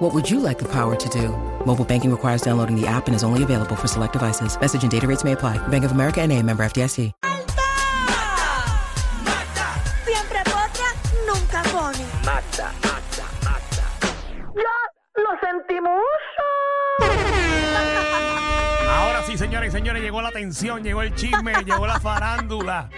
What would you like the power to do? Mobile banking requires downloading the app and is only available for select devices. Message and data rates may apply. Bank of America and a member FDIC. ¡Alto! Siempre potra, nunca pone. ¡Ya lo sentimos! Ahora sí, señores y señores, llegó la atención, llegó el chisme, llegó la farándula.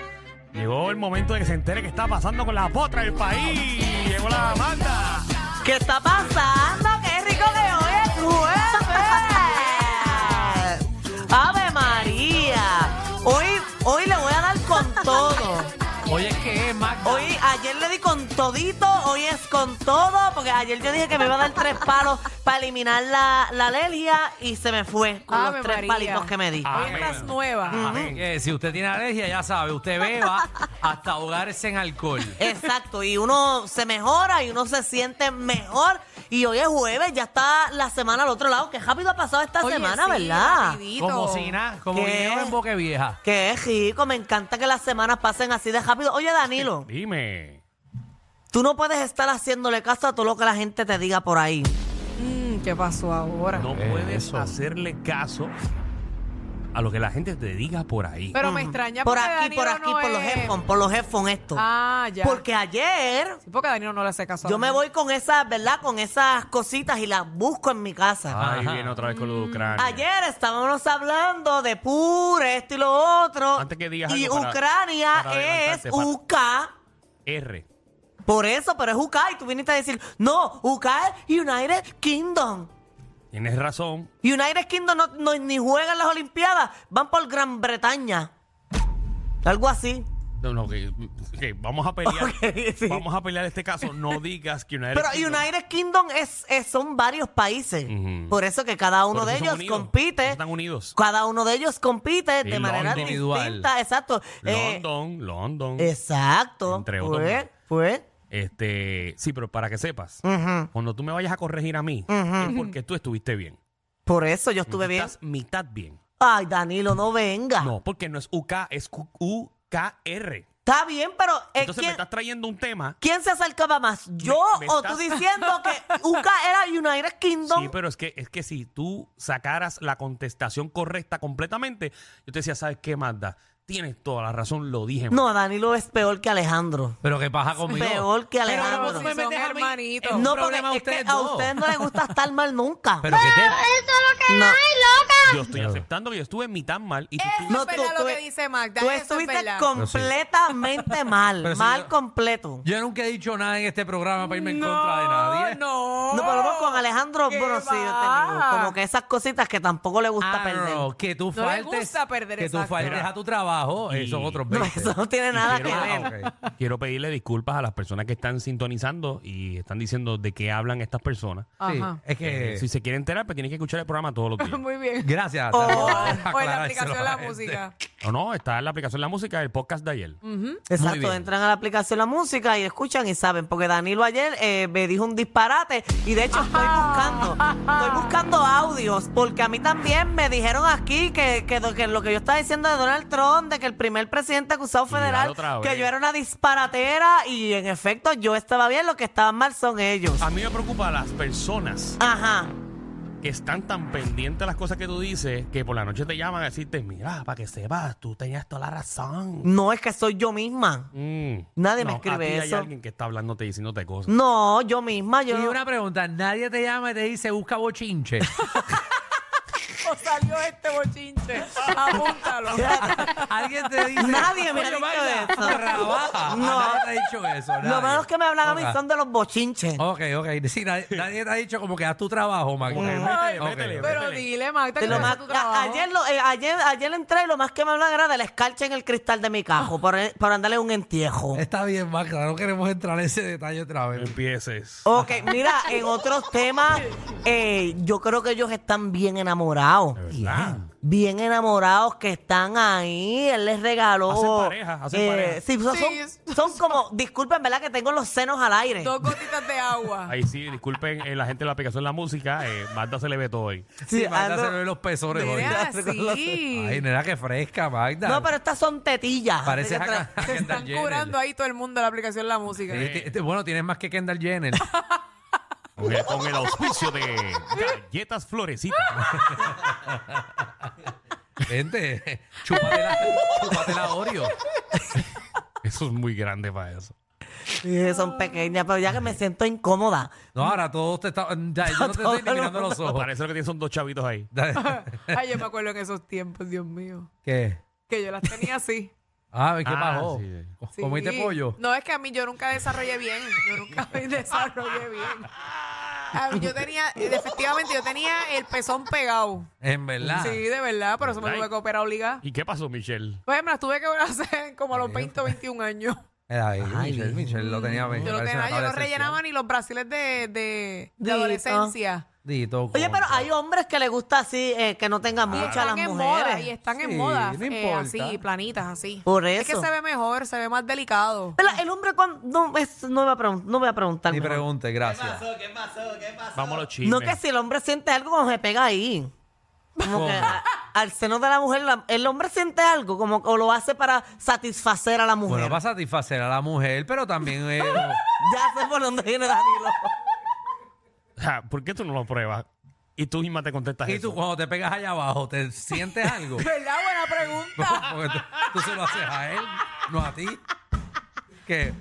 Llegó el momento de que se entere qué está pasando con la potra del país. Llegó la demanda. ¿Qué está pasando? ¡Qué rico que hoy es jueves! ¡Ave María! Hoy, hoy le voy a dar con todo. Oye, es que es Magda. Hoy, ayer le di con todito, hoy es con todo, porque ayer yo dije que me iba a dar tres palos para eliminar la, la alergia y se me fue con Ave los tres María. Ah. palitos que me di. Amén. Estás nueva. Amén. Que si usted tiene alergia, ya sabe, usted beba hasta ahogarse en alcohol. Exacto, y uno se mejora y uno se siente mejor. Y hoy es jueves, ya está la semana al otro lado. Qué rápido ha pasado esta Oye, semana, sí, ¿verdad? rapidito. Como si nada, como ¿Qué? guineo en boque vieja. Qué rico, me encanta que las semanas pasen así de rápido. Oye, Danilo, Dime. tú no puedes estar haciéndole caso a todo lo que la gente te diga por ahí. Mm, ¿Qué pasó ahora? No ¿Qué es puedes eso? hacerle caso a lo que la gente te diga por ahí. Pero me extraña Por porque aquí, por aquí, Danilo no por los es- headphones, por los headphones esto. Ah, ya. Porque ayer Sí, porque Danilo no le hace caso. a yo me Danilo. voy con esas, ¿verdad? Con esas cositas y las busco en mi casa. Ahí Ajá. viene otra vez con lo de Ucrania. Mm, Ayer estábamos hablando de pure, esto y lo otro. Antes que digas y algo para- Ucrania para es adelantarte, para- UK. R. Por eso, pero es UK. Y tú viniste a decir, no, UK es United Kingdom. Tienes razón. United Kingdom no, no- ni juega en las Olimpiadas, van por Gran Bretaña. Algo así. No, no, que, que vamos a pelear. Ok, sí. Vamos a pelear este caso. No digas que United Pero Kingdom- United Kingdom es, es- son varios países. Ujú. Por eso que cada uno Por de eso son ellos unidos, compite. por eso están unidos. Cada uno de ellos compite Sí, de manera London. distinta. Exacto. Eh, London, London. exacto. Entre otros pues, más. pues, Este, sí, pero para que sepas, ujú. cuando tú me vayas a corregir a mí, es porque tú estuviste bien. Por eso yo estuve bien. Ah. Estás mitad bien. Ay, Danilo, no venga. No, porque no es UK, es Q- UKR. Está bien, pero eh, Entonces me ¿quién, estás trayendo un tema. quién se acercaba más? ¿Yo me o estás- tú diciendo que UK era United Kingdom? Sí, pero es que, es que si tú sacaras la contestación correcta completamente, yo te decía, ¿sabes qué, Magda? Tienes toda la razón, lo dije. Magda". No, Danilo es peor que Alejandro. Pero qué pasa conmigo. Peor que Pero Alejandro. ¿cómo tú me Si son metes a mí? hermanitos. Es un No, porque problema a es que ustedes a dos. ustedes no les gusta estar mal nunca. Pero que te... no, Yo estoy Pero- aceptando que yo estuve mitad mal y tú Eso estuviste- No, es verdad tú- tú- lo que dice Magda. tú eso es estuviste verdad. completamente mal, Pero si mal yo- completo. Yo nunca he dicho nada en este programa para irme en contra de No, nadie. no. no, por lo menos con Alejandro, ¿Qué bueno, sí, yo va? he tenido como que esas cositas que tampoco le gusta Ah, perder. no, que tú No le faltes, gusta perder, que tú exacto. faltes a tu trabajo, Y- esos otros No, 20. eso no tiene nada que quiero, ver. ah, ok. Quiero pedirle disculpas a las personas que están sintonizando y están diciendo de qué hablan estas personas. Sí, Ajá. es Eh, Ah, que... si se quiere enterar, pues tiene que escuchar el programa todos los días. Muy bien. Gracias. Oh. Daniel, O, por o en la aclarárselo aplicación de a la gente. música. No, no, está en la aplicación La Música, el podcast de ayer. Muy Exacto, bien. entran a la aplicación la música y escuchan y saben, porque Danilo ayer eh, me dijo un disparate y de hecho estoy buscando, estoy buscando audios, porque a mí también me dijeron aquí que, que do- que lo que yo estaba diciendo de Donald Trump, de que el primer presidente acusado Miralo federal, otra vez. que yo era una disparatera y en efecto yo estaba bien, lo que estaban mal son ellos. A mí me preocupa las personas Ajá. que están tan pendientes a las cosas que tú dices que por la noche te llaman a decirte, mira, para que sepas, tú tenías toda la razón. No es que soy yo misma. Mm. Nadie me No, escribe a ti Hay eso. alguien que está hablándote y diciéndote cosas. No, yo misma, yo Y no- una pregunta, nadie te llama y te dice busca bochinche. O salió este bochinche. Apúntalo. Alguien te dice. Nadie me ha "Oye, dicho Magda, eso". trabaja. Ah, No. Nadie te ha dicho eso. nadie. Lo menos que me hablan a mí Ok. son de los bochinches. Ok, ok. Sí, nadie, nadie te ha dicho como que haz tu trabajo, Magda. Como que Mm. Ay, métele, métele, Pero métele. dile, Magda, que Lo no más- es tu trabajo. a- ayer, lo- eh, ayer, ayer entré y lo más que me hablan era de la escarcha en el cristal de mi cajo por, eh, por andarle un entiejo. Está bien, Magda. No queremos entrar en ese detalle otra No vez. Empieces. Ok, mira, en otros temas, eh, yo creo que ellos están bien enamorados. Ah, De verdad. bien enamorados que están ahí. Él les regaló. eh, Hacen pareja, hacen pareja. sí, son, Sí, es- son como, disculpen, ¿verdad? Que tengo los senos al aire. Dos gotitas de agua. Ahí sí, disculpen eh, la gente de la aplicación La Música, eh, Magda se le ve todo hoy. Sí, Sí, Magda ando- se le ven los pesores hoy. Mira, sí. Ay, nena, que fresca, Magda. No, pero estas son tetillas. Pareces a Ka- a Se Kendall están curando Jenner. ahí todo el mundo la aplicación La Música. Eh, ti- ti- Bueno, tienes más que Kendall Jenner. Con el, con el auspicio de Galletas Florecitas. Vente, chúpate la, chúpate la Oreo. Eso es muy grande para eso. Sí, son pequeñas, pero ya que me siento incómoda. No, ahora todos te están... Ya, yo no te Todo estoy ni el mirando los ojos. Parece lo que tienen son dos chavitos ahí. Ay, yo me acuerdo en esos tiempos, Dios mío. ¿Qué? Que yo las tenía así. Ah, ¿qué Ah, pasó? sí, Sí. ¿Comiste pollo? No, es que a mí yo nunca desarrollé bien. Yo nunca me desarrollé bien. A mí yo tenía, efectivamente, yo tenía el pezón pegado. En verdad. Sí, de verdad, pero eso me Ay. tuve que operar obligada. ¿Y qué pasó, Michelle? Pues me las tuve que hacer como a los 20 o 21 años. Era ahí, Ay, Michelle, Dios. Michelle lo tenía bien. Yo no, parece tenía, una yo no tabla de rellenaba ni los brasiles de, de, de Dito. adolescencia. Dito, Oye, pero ah, contra. hay hombres que les gusta así, eh, que no tengan Y mucho a las están en moda, y mujeres. están Sí, en moda. no eh, importa. así, planitas, así. Por Es que eso. se ve mejor, se ve más delicado. Pero el hombre cuando no, es- no, me va a pregun- no me va a preguntar. Ni mejor. pregunte, gracias. Vamos a los chismes. No que si el hombre siente algo como se pega ahí. Como ¿Cómo? que a- al seno de la mujer, la- el hombre siente algo, como o lo hace para satisfacer a la mujer. Bueno, para satisfacer a la mujer, pero también eh, no- Ya sé por dónde viene Danilo. Ja, ¿Por qué tú no lo pruebas? Y tú misma te contestas Y eso. tú cuando te pegas allá abajo, ¿te sientes algo? ¿Verdad? Buena pregunta. Porque tú, tú se lo haces a él, no a ti. ¿Qué?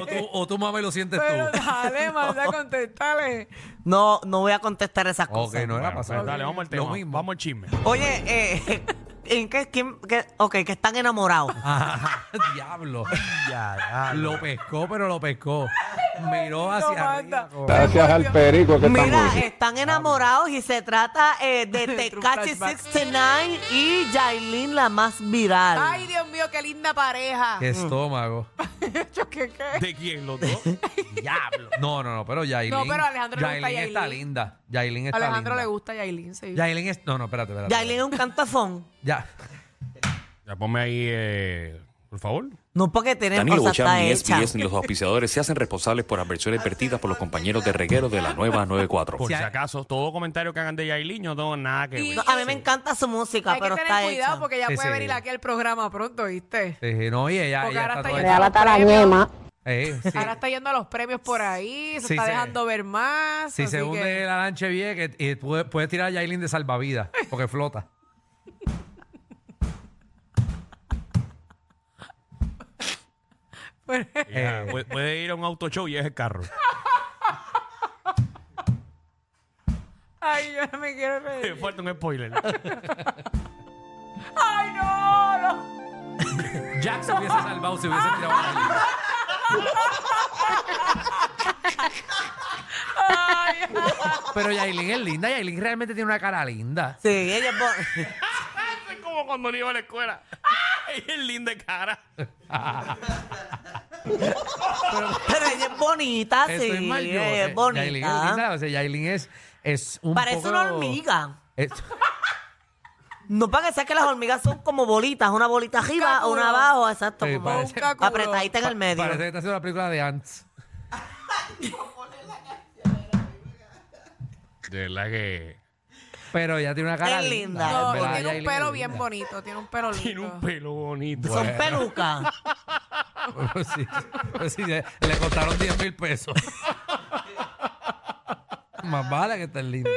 O tú, o tú mami, lo sientes Pero tú. dale, manda, contestale. No, no voy a contestar esas Ok, cosas. no era Bueno, para pues, saber. dale, vamos al Lo tema. mismo. Vamos al chisme. Oye, eh, ¿en qué, quién, qué- ok, que están enamorados. Ajá, diablo. Lo pescó, pero lo pescó. Miró No, hacia manda. arriba. como- Gracias al perico que estamos. Mira, están enamorados y se trata eh, de Entró un Tecachi flashback. 69 y Yailin, la más viral. Ay, Dios mío, qué linda pareja. Qué estómago. Yo, ¿Qué, qué? ¿De quién los dos? Diablo. No, no, no, pero Yailin. No, pero a Alejandro le gusta Yailin está Yailin. linda. Yailin está Alejandro linda. le gusta Yailin, sí. Yailin es. No, no, espérate, espérate. Yailin es un cantafón. Ya. Ya ponme ahí, eh, por favor. No porque tiene Danilo cosas Bocham, está ni hecha. SBS ni los auspiciadores se hacen responsables por adversiones vertidas por los compañeros de reguero de la nueva 94. Por Si si, hay- acaso, todo comentario que hagan de Yailin, yo no tengo nada que ver. Y- No, a mí me encanta su música, Hay que pero tener está cuidado hecha. porque ya Sí, puede sí. venir aquí al programa pronto, ¿viste? Sí, eh, no, y ella, Porque ella ahora está está toda llenando los premios. Eh, sí. Ahora está yendo a los premios por ahí, se Sí, está sí. dejando ver más. Si así se que- hunde la lancha bien, que, y tú puedes, puedes tirar a Yailin de salvavidas, porque flota. pues, Ya, puede, puede ir a un auto show y es el carro. Ay, yo me quiero Me reír. Eh, falta un spoiler. Ay, no, no. Jack se hubiese salvado si hubiese tirado a Yailin. Pero Yailin es linda, Yailin realmente tiene una cara linda. Sí, ella es bo- es como cuando no iba a la escuela. Ella es linda de cara. pero ella es bonita, Ah, sí. Estoy mal yo. ella es Eh, Yailin es bonita. linda, o sea, Yailin es, es un Parece poco- una hormiga. Es- No para que sea que las hormigas son como bolitas, una bolita arriba, canguro. una abajo, exacto. Sí, como parece- apretadita en el medio. Parece que está haciendo la película de Ants. De verdad que. Pero ella tiene una cara Es linda. linda. No, en y verdad, tiene un Yailin Ah, es pelo linda. bien bonito, tiene un pelo Tiene lindo. un pelo bonito. Son pelucas. Pues sí, pues sí, le le costaron 10 mil pesos. Más vale que estés lindo.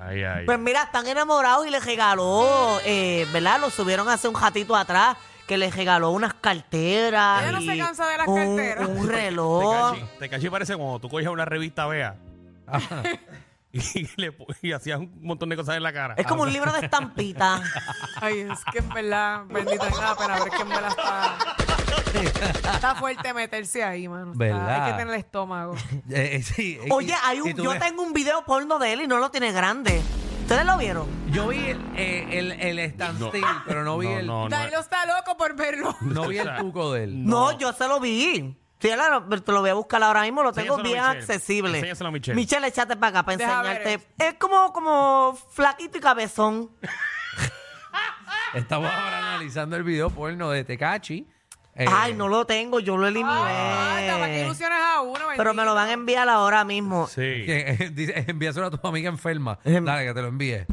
Ay, ay. Pues mira, están enamorados y les regaló, eh, ¿verdad? Lo subieron hace un ratito atrás, que les regaló unas carteras. Ella no y se cansa de las un- carteras. Un Te reloj. caché, te caché, parece cuando tú cogías una revista Vea Ajá. y, le po- y hacías un montón de cosas en la cara. Ah, Es como un libro de estampitas. Ay, es que en verdad, bendita es nada, pero a ver que en verdad está. Está fuerte meterse ahí, mano. Está- ¿Verdad? hay que tener el estómago. Eh, eh, sí, eh, Oye, y- hay y un, tú yo ves- tengo un video porno de él y no lo tiene grande. ¿Ustedes lo vieron? Yo vi el, eh, el, el standstill, pero no vi no, el, no, no. Danilo está loco por verlo. no vi el O sea, tuco de él. No, yo se lo vi. Sí, claro, pero te lo voy a buscar ahora mismo, lo tengo Enséñaselo a bien Michelle. accesible. Enséñaselo a Michelle. Michelle, échate para acá para Deja ver enseñarte. Es como, como flaquito y cabezón. Eh. Estamos ahora analizando el video porno de Tecachi. Eh, Ay, no lo tengo, yo lo eliminé. Ah, Anda, ¿para qué ilusionas a uno? Pues. pero me lo van a enviar ahora mismo. Sí. que- eh, dice, envíaselo a tu amiga enferma. Em- Dale, que te lo envíe.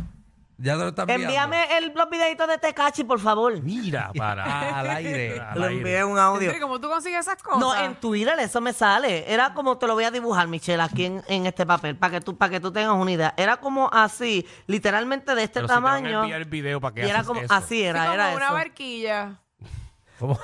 Ya te lo está enviando. Envíame el, los videitos de Tecachi, por favor. Mira Ah, para. Al aire. Al Le aire. envié un audio. Tendré, ¿Cómo tú consigues esas cosas? No, en Twitter eso me sale. Era como te lo voy a dibujar, Michelle, aquí en, en este papel, para que tú para que tú tengas una idea. Era como así, literalmente de este Pero si te van a tamaño. enviar el video, ¿para qué y era haces como eso? así Sí, era, como era una eso. barquilla. ¿Cómo?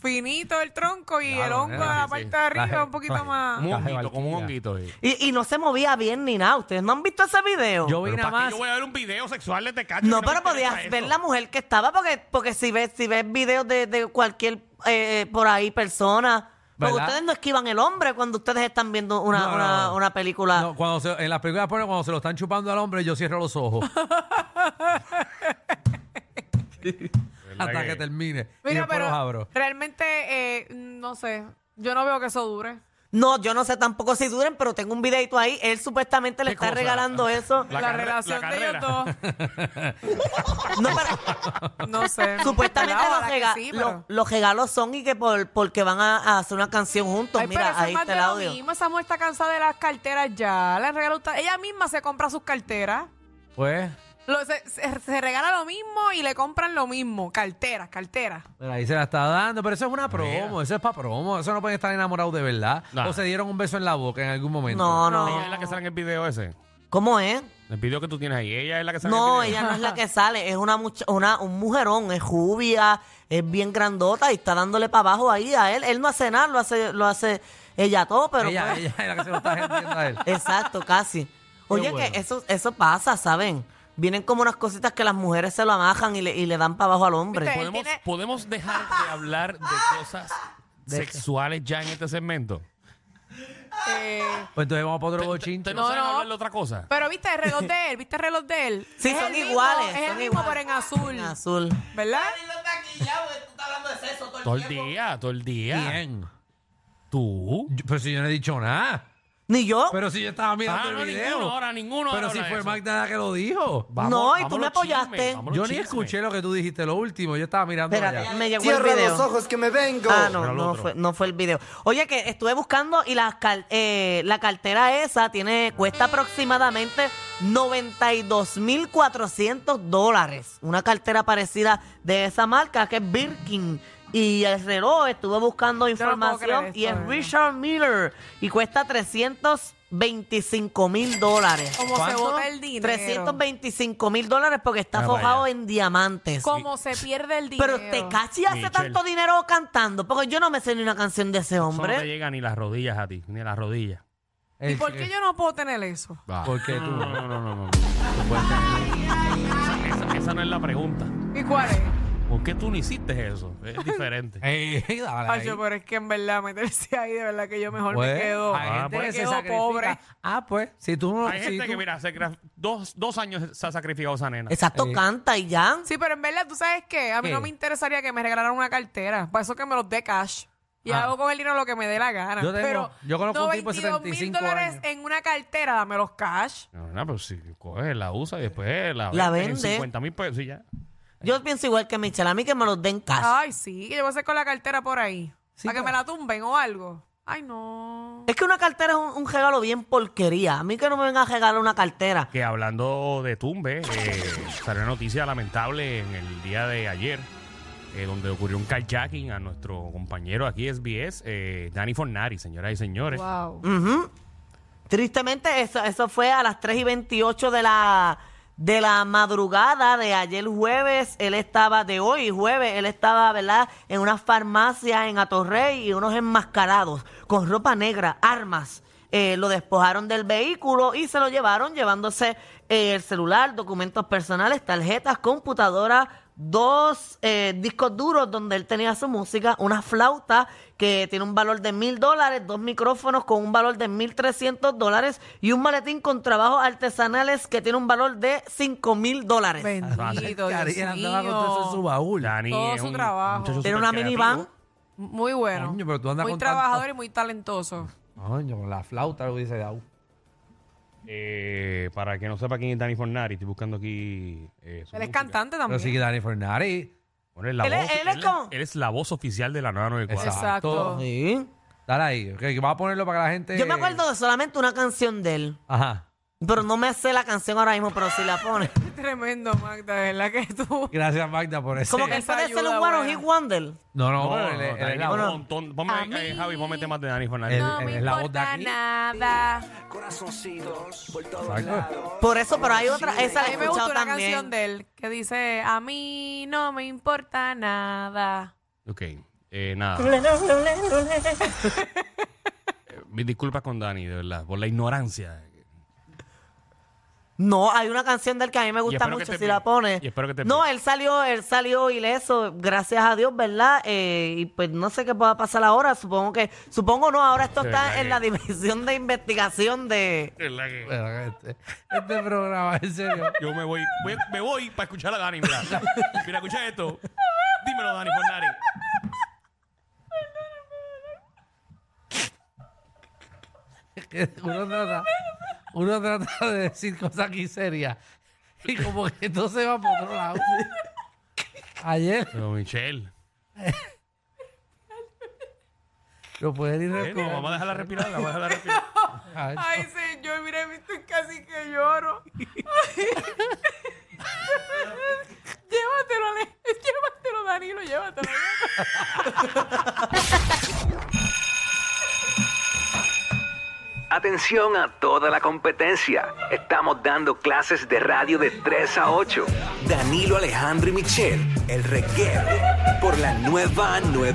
Finito el tronco y el hongo de la sí, parte sí. de arriba, Claro, un poquito claro. más. Un Caja de honguito, como un barquilla. honguito. eh. sí. Y, y no se movía bien ni nada. Ustedes no han visto ese video. Yo vi Pero nada ¿para qué más. yo voy a ver un video sexual de este Tecachi? no, Si me pero interesa podías eso. ver la mujer que estaba, porque, porque si ves, si ves videos de, de cualquier eh, por ahí persona. Porque ¿Verdad? ustedes no esquivan el hombre cuando ustedes están viendo una, No, no, una- no. una película. No, cuando se- en las películas porno, cuando se lo están chupando al hombre, yo cierro los ojos. Hasta que- que termine. y Mira, después los abro. pero realmente, eh, no sé, yo no veo que eso dure. No, yo no sé tampoco si duren, pero tengo un videito ahí. Él supuestamente le ¿Qué está cosa? regalando Ah. eso. La, La carre- relación la de ellos carrera. No, pero dos, no sé. supuestamente Ojalá los, que rega- sí, pero- los, los regalos son y que por, porque van a, a hacer una canción juntos. Ay, pero Mira, eso ahí es más está de el lo audio. mismo. Esa mujer está cansada de las carteras ya. Le regala usted- Ella misma se compra sus carteras. Pues, Lo- se, se- se regala lo mismo y le compran lo mismo. Carteras, carteras. pero ahí se la está dando. Pero eso es una promo, eso es para promo. Eso no pueden estar enamorados de verdad. Nah. O se dieron un beso en la boca en algún momento. No, Ella no. es la que sale en el video ese. ¿Cómo es? El video que tú tienes ahí. Ella es la que sale No, en el video. ella no es la que sale. Es una, mucha- una un mujerón. Es jubia, es bien grandota y está dándole para abajo ahí a él. Él no hace nada, lo hace, lo hace ella todo, pero. ella, pues- Eh. ella es la que se lo está vendiendo a él. Exacto, casi. Oye, bueno. que eso, eso pasa, ¿saben? Vienen como unas cositas que las mujeres se lo amajan y le, y le dan para abajo al hombre. ¿Viste? Él ¿Podemos, tiene- podemos dejar de hablar de cosas ¿De qué? sexuales ya en este segmento. Eh, Pues entonces vamos para otro ¿Ustedes bochinche. no, No, saben no. hablar de otra cosa? pero viste el reloj de él, viste el reloj de él. Sí, Es son el mismo, iguales, Es son el mismo, iguales. pero en azul. En azul. ¿Verdad? Todo el día, todo el día. Bien. ¿Tú? Yo- Pero si yo no he dicho nada. Ni yo. Pero si yo estaba mirando Ah, el no, video. ninguno ahora, ninguno Pero ahora si habla de fue eso. Magda la que lo dijo. No, y tú vamos me los chismes, apoyaste. vamos los Yo ni chismes. escuché lo que tú dijiste, lo último. Yo estaba mirando allá. Espera, me llegó el video. que me vengo. Ah, no, Pero al no otro. fue, no fue el video. Oye, que estuve buscando y la, la cartera esa tiene Mm. cuesta aproximadamente 92.400 dólares. Una cartera parecida de esa marca que es Birkin. Y el reloj, estuve buscando puedo información creer y es esto, de Richard Miller y cuesta 325 mil dólares. Como se bota el dinero. 325 mil dólares porque está Ah, forjado vaya. en diamantes. Como se pierde el dinero. Pero te cachi hace Michelle. tanto dinero cantando, porque yo no me sé ni una canción de ese Eso no te hombre. llega ni las rodillas a ti, ni las rodillas. ¿Y por qué yo no puedo tener eso? Porque No, tú. no, no, no. no, no. Esa, esa- esa no es la pregunta. ¿Y cuál es? ¿Por qué tú no hiciste eso? Es diferente. Ey, ey, dale ahí. Ay, yo, pero es que en verdad meterse ahí, de verdad que yo mejor me Pues, quedo. Ah, hay gente me que se quedo sacrifica. pobre. Ah, pues, si tú no. Hay si gente tú- que, mira, se crea- dos, dos años se ha sacrificado esa nena. Exacto, Eh. canta y ya. Sí, pero en verdad, ¿tú sabes qué? A mí ¿Qué? no me interesaría que me regalaran una cartera. Para eso que me los dé cash. Y Ah. hago con el dinero lo que me dé la gana. Yo tengo- pero yo conozco un tipo de 92 mil 75 dólares años. en una cartera, dame los cash. No, no, pero si coge, la usa y después la, La en vende. 50 mil pesos y ya. Yo pienso igual que Michelle, a mí que me los den casa. Ay, sí, que yo voy a hacer con la cartera por ahí. Sí, pues. para que me pero- la tumben o algo. Ay, no. Es que una cartera es un, un regalo bien porquería. A mí que no me vengan a regalar una cartera. Que hablando de tumbe, eh, salió una noticia lamentable en el día de ayer, eh, donde ocurrió un carjacking a nuestro compañero aquí SBS, eh, Danny Fornari, señoras y señores. Wow. Mm. Ujú. Tristemente, eso, eso fue a las 3 y 28 de la, de la madrugada de ayer jueves. Él estaba, de hoy jueves, él estaba, ¿verdad?, en una farmacia en Atorrey y unos enmascarados con ropa negra, armas. eh, lo despojaron del vehículo y se lo llevaron llevándose eh, el celular, documentos personales, tarjetas, computadora, dos eh, discos duros donde él tenía su música, una flauta que tiene un valor de mil dólares, dos micrófonos con un valor de mil trescientos dólares y un maletín con trabajos artesanales que tiene un valor de cinco mil dólares. Bendito, Cari- Dios andaba con todo eso en su mío. baúl. Danny Todo es su un trabajo. muchacho Tiene una supercreativo. minivan. Muy bueno. Coño, pero tú andas muy con trabajador tanto- y muy talentoso. Coño, con la flauta lo hubiese dado. Eh, para el que no sepa quién es Danny Fornari, estoy buscando aquí. eh, su Él es música. cantante Pero también. sí que Dani Fornari. Bueno, es la Él es- voz, él es como- él es la voz oficial de la nueva 94. Exacto. Sí. Dale ahí. ok, vamos a ponerlo para que la gente. Yo me acuerdo de solamente una canción de él. Ajá. Pero no me sé la canción ahora mismo, pero si la pone. Tremendo, Magda, de verdad que tú. Gracias, Magda, por eso. Como que él Esa puede ser ayuda un one buena. hit wonder. No, no, No, pero él, no, él- él Dani, es la un voz. montón. Ponme, A eh, mí- Javi, ponme temas de Danny Fornari. Él- No él me es la voz de importa aquí. nada. Exacto. Por eso, pero hay otra. Esa A la he mí me gustó escuchado una canción también. de él que dice: A mí no me importa nada. Ok, eh, nada. Eh, Mis disculpas con Dani, de verdad, por la ignorancia. No, hay una canción de él que a mí me Y gusta espero que mucho estés si la bien. pone. Y espero que estés No, bien. él salió, él salió ileso, gracias a Dios, ¿verdad? Eh, y pues no sé qué pueda pasar ahora. Supongo que, supongo no, ahora esto De está verdad en que- la división de investigación de. Pero Este, este programa, en serio. Yo me voy, voy- me voy para escuchar a Dani, mira. Mira, escucha esto. Dímelo, Dani Fornari. que uno trata, uno trata de decir cosas aquí serias y como que no se va por otro lado. Ayer Pero Michelle, lo pueden ir eh, no, respirando. vamos a dejarla respirar, vamos a dejarla respirar. Ay, Ay, señor, mira, viste, casi que lloro. Ay. llévatelo, Ale- llévatelo, Danilo, llévatelo. Atención a toda la competencia. Estamos dando clases de radio de 3 a 8. Danilo Alejandro y Michelle, el reguero, por la nueva 9.